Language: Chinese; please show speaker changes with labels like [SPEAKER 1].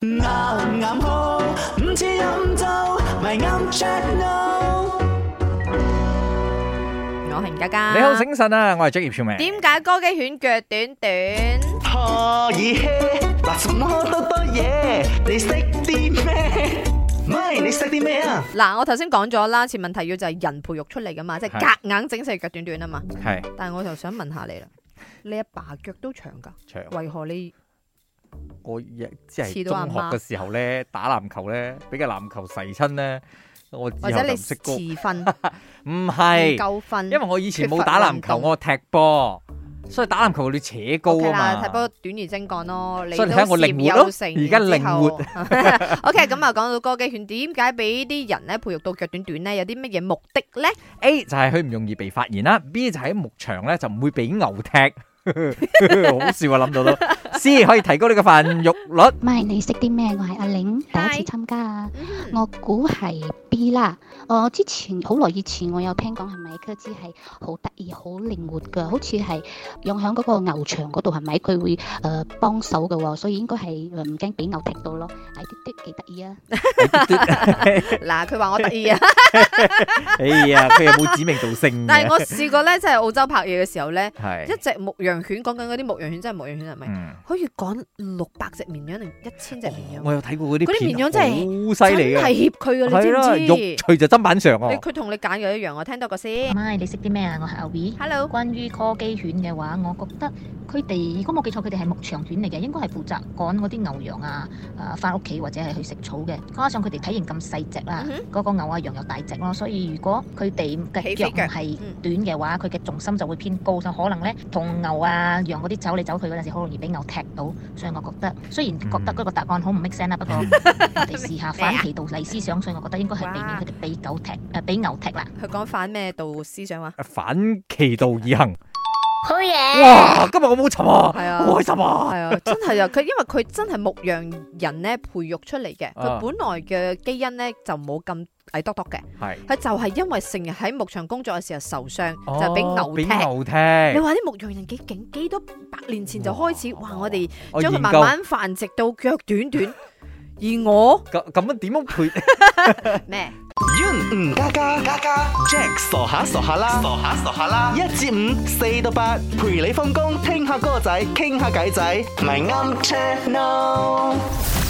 [SPEAKER 1] 啱啱好，唔似飲酒，咪啱 check no。
[SPEAKER 2] 我係吳家家。
[SPEAKER 3] 你好醒神啊！我係職業少明。
[SPEAKER 2] 點解歌姬犬腳短短？
[SPEAKER 1] 可以 hea，嗱什麼多多嘢，你識啲咩？咪你識啲咩啊？
[SPEAKER 2] 嗱，我頭先講咗啦，前問題要就係人培育出嚟噶嘛，即係
[SPEAKER 3] 係
[SPEAKER 2] 夾硬整成腳短短啊嘛。
[SPEAKER 3] 係
[SPEAKER 2] 但係我就想問下你啦，你阿爸腳都長㗎，
[SPEAKER 3] 長，
[SPEAKER 2] 為何你
[SPEAKER 3] 我亦即係
[SPEAKER 2] 似到
[SPEAKER 3] 中
[SPEAKER 2] 阿媽
[SPEAKER 3] 學嘅時候咧，打籃球咧，俾個籃球噬親咧，我
[SPEAKER 2] 或
[SPEAKER 3] 以後
[SPEAKER 2] 者
[SPEAKER 3] 就
[SPEAKER 2] 你
[SPEAKER 3] 唔識高。
[SPEAKER 2] 遲瞓、
[SPEAKER 3] 唔
[SPEAKER 2] 唔
[SPEAKER 3] 係，
[SPEAKER 2] 夠瞓？
[SPEAKER 3] 因為我以前冇
[SPEAKER 2] 缺乏
[SPEAKER 3] 打
[SPEAKER 2] 運
[SPEAKER 3] 籃球，
[SPEAKER 2] 動
[SPEAKER 3] 我踢波，所以打籃球你扯高
[SPEAKER 2] OK
[SPEAKER 3] 啊
[SPEAKER 2] 啦，
[SPEAKER 3] 嘛。
[SPEAKER 2] 睇波短而精幹咯，你
[SPEAKER 3] 所以你睇我靈活咯
[SPEAKER 2] 都事業有成
[SPEAKER 3] 而家靈活
[SPEAKER 2] 之後。OK，咁啊，講到歌姬犬，點解俾啲人咧培育到腳短短咧？有啲乜嘢目的 咧？
[SPEAKER 3] A 就係佢唔容易被發現啦，B 就喺牧場咧就唔會俾牛踢， 好笑啊諗到都。C 可以提高呢個繁育率，
[SPEAKER 4] 咪你識啲咩？我係阿玲，第一
[SPEAKER 2] Hi
[SPEAKER 4] 次參加啊。我估係 B 啦。我之前好耐以前我有聽講係咪佢只係好得意、好靈活㗎，好似係用喺嗰個牛場嗰度係咪佢會誒、呃、幫手㗎喎，所以應該係呃唔驚俾牛踢到咯。唉，啲啲幾得意啊！
[SPEAKER 2] 嗱，佢話我得意啊，
[SPEAKER 3] 哎呀，佢有冇指名道姓
[SPEAKER 2] 但係
[SPEAKER 3] 嘅？
[SPEAKER 2] 我試過咧，即係澳洲拍嘢嘅時候咧，一
[SPEAKER 3] 係，
[SPEAKER 2] 隻牧羊犬，講緊嗰啲牧羊犬真係牧羊犬係咪？
[SPEAKER 3] 嗯，
[SPEAKER 2] 可以趕六百隻綿羊定一千隻綿
[SPEAKER 3] 我
[SPEAKER 2] 羊？
[SPEAKER 3] 有睇過嗰啲
[SPEAKER 2] 嗰啲
[SPEAKER 3] 片
[SPEAKER 2] 綿羊真係
[SPEAKER 3] 哦好犀利
[SPEAKER 2] 真係
[SPEAKER 3] 嘅，
[SPEAKER 2] 協佢嘅，
[SPEAKER 3] 係啦，
[SPEAKER 2] 你知唔知
[SPEAKER 3] 肉？隨就砧板上
[SPEAKER 2] 你
[SPEAKER 3] 哦。
[SPEAKER 2] 佢同你揀嘅一樣，我聽到個先。
[SPEAKER 5] 咪你識啲咩啊？我係牛 B。
[SPEAKER 2] Hello，
[SPEAKER 5] 關於柯基犬嘅話，我覺得佢哋如果冇記錯，佢哋係牧場犬嚟嘅，應該係負責趕嗰啲牛羊啊，誒翻屋企或者係去食草嘅。加上佢哋體型咁細隻啦
[SPEAKER 2] 嗯，
[SPEAKER 5] 嗰、個牛啊羊又大隻咯，所以如果佢哋
[SPEAKER 2] 起飛
[SPEAKER 5] 嘅腳唔
[SPEAKER 2] 腳
[SPEAKER 5] 係
[SPEAKER 2] 嗯
[SPEAKER 5] 短嘅話，佢嘅重心就會偏高，就可能咧同牛啊羊嗰啲走嚟走去嗰陣時，好容易俾牛踢到。所以我覺得雖然覺
[SPEAKER 2] 嗯
[SPEAKER 5] 得嗰個答案好唔 make sense 啦，不過我哋試下
[SPEAKER 2] 啊
[SPEAKER 5] 反其道嚟思想，所以我覺得應該係避免佢哋俾狗踢誒俾、牛踢啦。
[SPEAKER 2] 佢講反咩道思想啊？
[SPEAKER 3] 反其道而行。
[SPEAKER 5] 好嘢！
[SPEAKER 3] 哇！今日我冇沉啊，
[SPEAKER 2] 係啊
[SPEAKER 3] 好開心啊！
[SPEAKER 2] 係啊，真係啊！佢因為佢真係牧羊人咧培育出嚟嘅，佢
[SPEAKER 3] 啊
[SPEAKER 2] 本來嘅基因咧就冇咁矮多多嘅，
[SPEAKER 3] 係
[SPEAKER 2] 佢就係因為成日喺牧場工作嘅時候受傷，
[SPEAKER 3] 哦
[SPEAKER 2] 就俾牛
[SPEAKER 3] 俾
[SPEAKER 2] 踢。
[SPEAKER 3] 牛踢。
[SPEAKER 2] 你話啲牧羊人幾勁，幾多百年前就開始，哇！我哋
[SPEAKER 3] 我
[SPEAKER 2] 將佢
[SPEAKER 3] 研
[SPEAKER 2] 慢
[SPEAKER 3] 究
[SPEAKER 2] 慢繁殖到腳短短，而 我
[SPEAKER 3] 咁咁樣點樣配？
[SPEAKER 2] 咩？
[SPEAKER 1] Yun 吳家家家家，Jack 傻下傻下啦，傻下傻下啦，一至五四到八，陪你放工，聽下歌仔，傾下偈仔，咪啱 check no。